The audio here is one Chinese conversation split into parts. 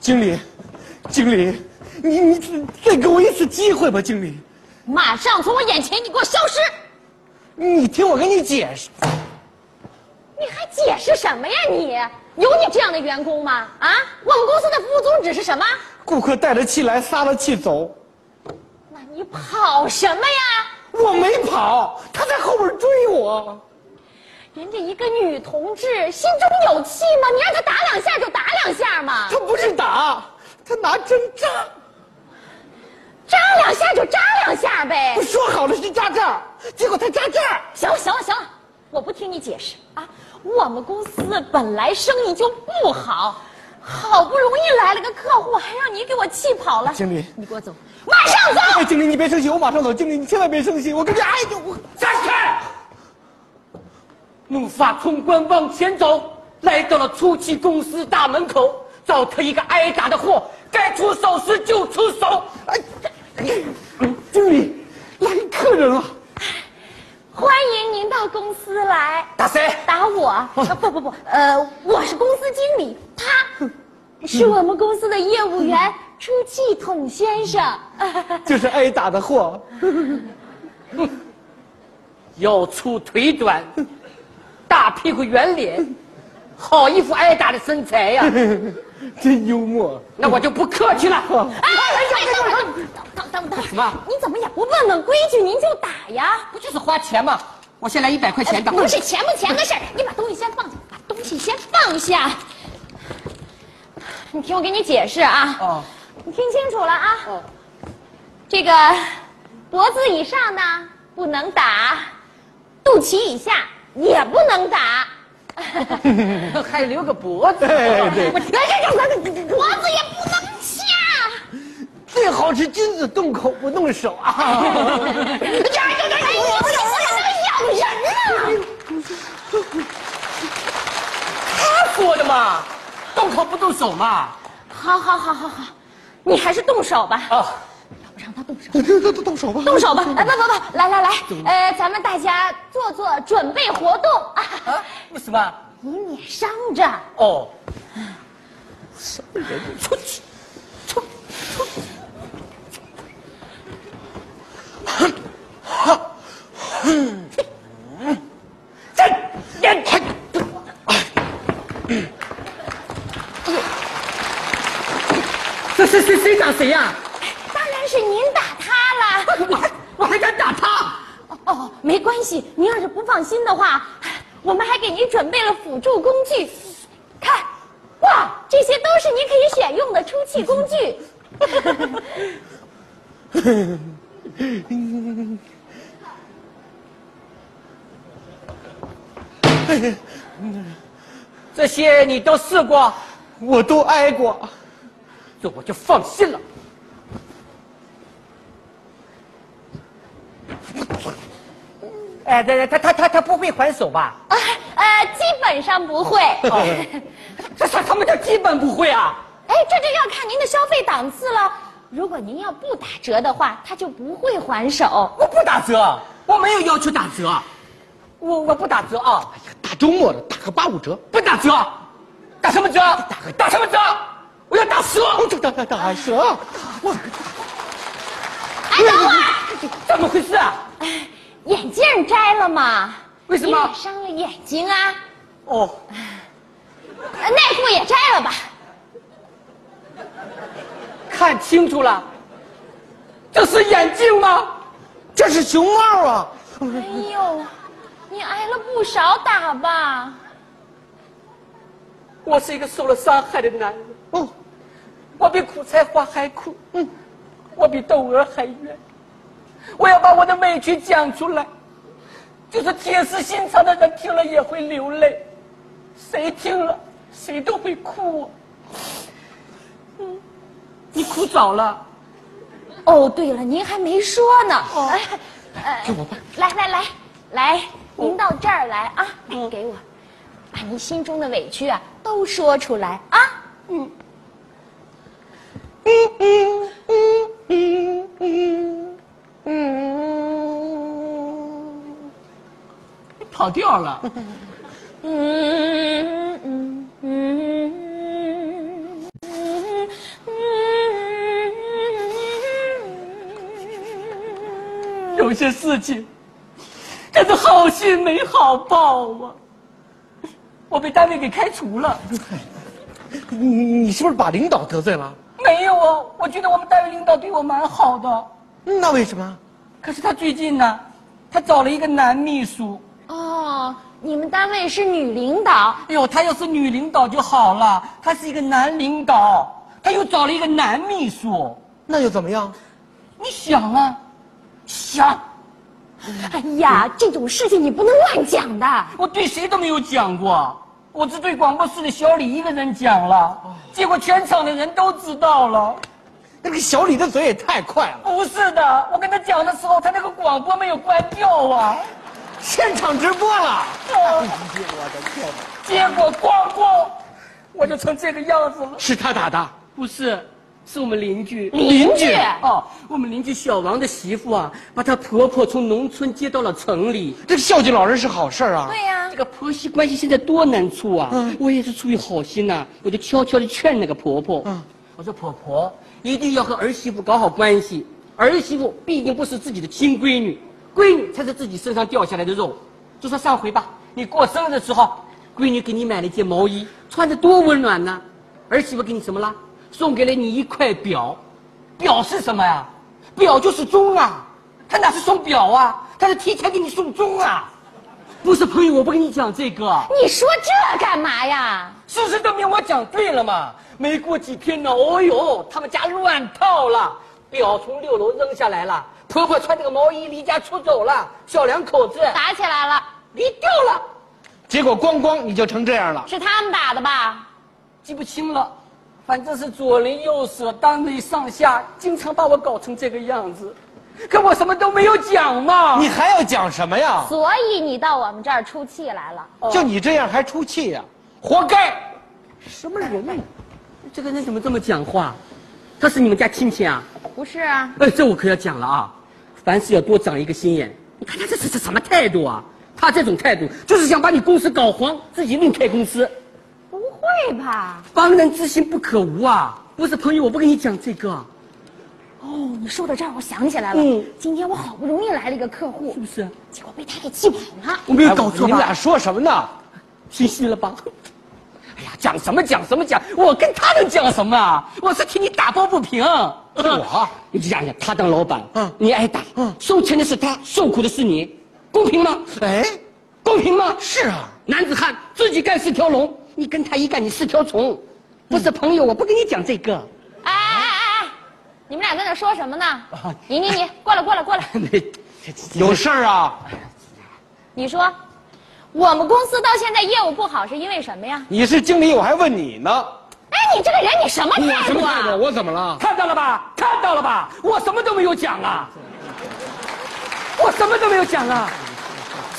经理，经理，你你再再给我一次机会吧，经理，马上从我眼前你给我消失！你听我跟你解释。你还解释什么呀你？有你这样的员工吗？啊，我们公司的服务宗旨是什么？顾客带着气来，撒着气走。那你跑什么呀？我没跑，他在后边追我。人家一个女同志心中有气吗？你让她打两下就打两下嘛，他不是打，他拿针扎。扎两下就扎两下呗我。说好了是扎这儿，结果他扎这儿。行了行了行了，我不听你解释啊！我们公司本来生意就不好，好不容易来了个客户，还让你给我气跑了。经理你给我走，马上走！哎，经理你别生气，我马上走。经理你千万别生气，我跟你哎呦我闪开！怒发冲冠往前走，来到了出气公司大门口，找他一个挨打的货，该出手时就出手。哎，嗯经理来客人了，欢迎您到公司来。打谁？打我？啊、不不不，呃，我是公司经理，他是我们公司的业务员出气筒先生。就是挨打的货。 要出腿短，大屁股圆脸，好一副挨打的身材呀、 真幽默。那我就不客气了。哎，哎等会儿等等等会儿，什么你怎么也不问问规矩，您就打呀？不就是花钱吗？我先来一百块钱的。不是钱不钱的事儿，你把东西先放下，把东西先放下。你听我给你解释啊，哦 你听清楚了啊，哦，这个脖子以上呢不能打，肚脐以下也不能打。还留个脖子。啊对哎对我哎这这这脖子也不能掐。最好是君子动口不动手啊！这这这哎我不能咬人啊！他说的嘛，动口不动手嘛。好好好好好，你还是动手吧，啊，我让他动手。动动动手吧，动手吧！哎，不不不，来来来，呃，咱们大家做做准备活动啊，啊，为什么？以免伤着。哦，什么人？出去，出去，出去！这人这谁谁谁打谁呀、当然是您打他了。我还我还敢打他？哦哦，没关系，您要是不放心的话，我们还给您准备了辅助工具。看，哇，这些都是您可以选用的出气工具。这些你都试过，我都挨过。这我就放心了。哎，他他他他他不会还手 吧？啊呃，基本上不会。哦这他他们叫基本不会啊！哎，这就要看您的消费档次了。如果您要不打折的话，他就不会还手。我不打折，我没有要求打折，我我不打折啊，哎大周末的打个八五折，不打折，打什么折？打打什么折？我要打折！哦打打打打折，我哎，等会儿，怎么回事啊？眼镜儿摘了吗？为什么因伤了眼睛啊？哦，呃内裤也摘 了吧？看清楚了，这是眼镜吗？这是熊猫啊！哎呦，你挨了不少打吧？我是一个受了伤害的男人。哦，我比苦菜花还苦，嗯，我比窦娥还冤。我要把我的委屈讲出来，就是铁石心肠的人听了也会流泪，谁听了谁都会哭。啊嗯，你哭早了，哦，对了，您还没说呢。哎，呃，来来来来，您到这儿来啊，嗯给我，把您心中的委屈啊都说出来啊。 嗯你跑调了。嗯嗯嗯嗯嗯嗯嗯有些事情真的好心没好报啊！我被单位给开除了。你你是不是把领导得罪了？没有啊，我觉得我们单位领导对我蛮好的。那为什么？可是他最近呢，他找了一个男秘书。哦，你们单位是女领导，哎呦，他要是女领导就好了，他是一个男领导，他又找了一个男秘书。那又怎么样？你想啊，想，哎呀，这种事情你不能乱讲的。我对谁都没有讲过，我只对广播室的小李一个人讲了，结果全场的人都知道了。那个小李的嘴也太快了，不是的，我跟他讲的时候，他那个广播没有关掉啊，现场直播了。啊哎我的天哪！结果咣咣，我就成这个样子了。是他打的，不是，是我们邻居。邻居哦，我们邻居小王的媳妇啊，把她婆婆从农村接到了城里。这个孝敬老人是好事儿啊。对呀、这个婆媳关系现在多难处啊！我也是出于好心呐、我就悄悄地劝那个婆婆。嗯我说婆婆一定要和儿媳妇搞好关系，儿媳妇毕竟不是自己的亲闺女，闺女才是自己身上掉下来的肉。就说上回吧，你过生日的时候，闺女给你买了一件毛衣，穿着多温暖呢。儿媳妇给你什么啦？送给了你一块表，表是什么呀？表就是钟啊，她哪是送表啊？她是提前给你送钟啊。不是朋友，我不跟你讲这个，你说这干嘛呀？事实证明我讲对了嘛。没过几天呢，哦呦，他们家乱套了，表从六楼扔下来了，婆婆穿这个毛衣离家出走了，小两口子打起来了，离掉了，结果咣咣你就成这样了。是他们打的吧？记不清了，反正是左邻右舍、单位上下经常把我搞成这个样子，可我什么都没有讲嘛。你还要讲什么呀？所以你到我们这儿出气来了。哦就你这样还出气呀、活该！什么人呢？这个人怎么这么讲话？他是你们家亲戚啊？不是啊，哎，这我可要讲了啊！凡事要多长一个心眼。你看他这是这什么态度啊？他这种态度就是想把你公司搞黄，自己另开公司。不会吧？防人之心不可无啊！不是朋友，我不跟你讲这个，哦，你说到这儿，我想起来了。嗯今天我好不容易来了一个客户是，不是？结果被他给气跑了。我没有搞错哎你们吧俩？说什么呢？心虚了吧？ 哎呀，讲什么讲什么讲？我跟他能讲什么啊？我是替你打抱不平。嗯我啊你想想，他当老板，嗯你挨打，嗯收钱的是他，受苦的是你，公平吗？哎，公平吗？是啊，男子汉自己干四条龙，你跟他一干，你四条虫。不是朋友，我不跟你讲这个。哎哎哎哎，你们俩在那说什么呢？你你你，过来过来过来，有事儿啊？你说，我们公司到现在业务不好是因为什么呀？你是经理，我还问你呢。哎，你这个人你什么我态什么度态啊度？？我怎么了？看到了吧？看到了吧？我什么都没有讲啊！我什么都没有讲啊！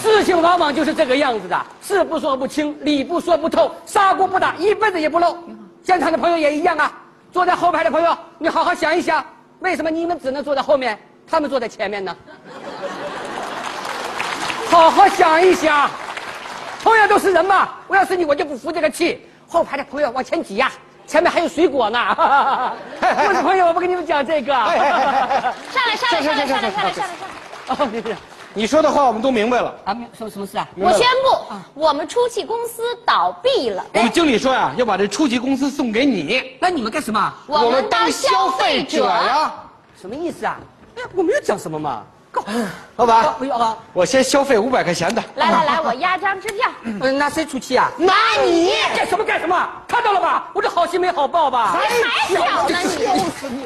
事情往往就是这个样子的，事不说不清，理不说不透，砂锅不打一分子也不漏。现场的朋友也一样啊，坐在后排的朋友，你好好想一想，为什么你们只能坐在后面，他们坐在前面呢？好好想一想，同样都是人嘛，我要是你，我就不服这个气。后排的朋友往前挤呀、前面还有水果呢。 我的朋友，我不跟你们讲这个。哎哎哎哎上来上来上来上来上来上来上 来！哦，你不是你说的话我们都明白了。啊？没有什么什么事啊？我宣布，我们出气公司倒闭了，我们经理说呀、要把这出气公司送给你，那你们干什么？我们当消费者。呀。什么意思啊？哎，我没有讲什么嘛。哎够，老板不要啊。我先消费五百块钱的。来来来，我压张支票。嗯，那谁出气啊？拿你！哎哎干什么干什么？看到了吧？我这好心没好报吧？还小呢你。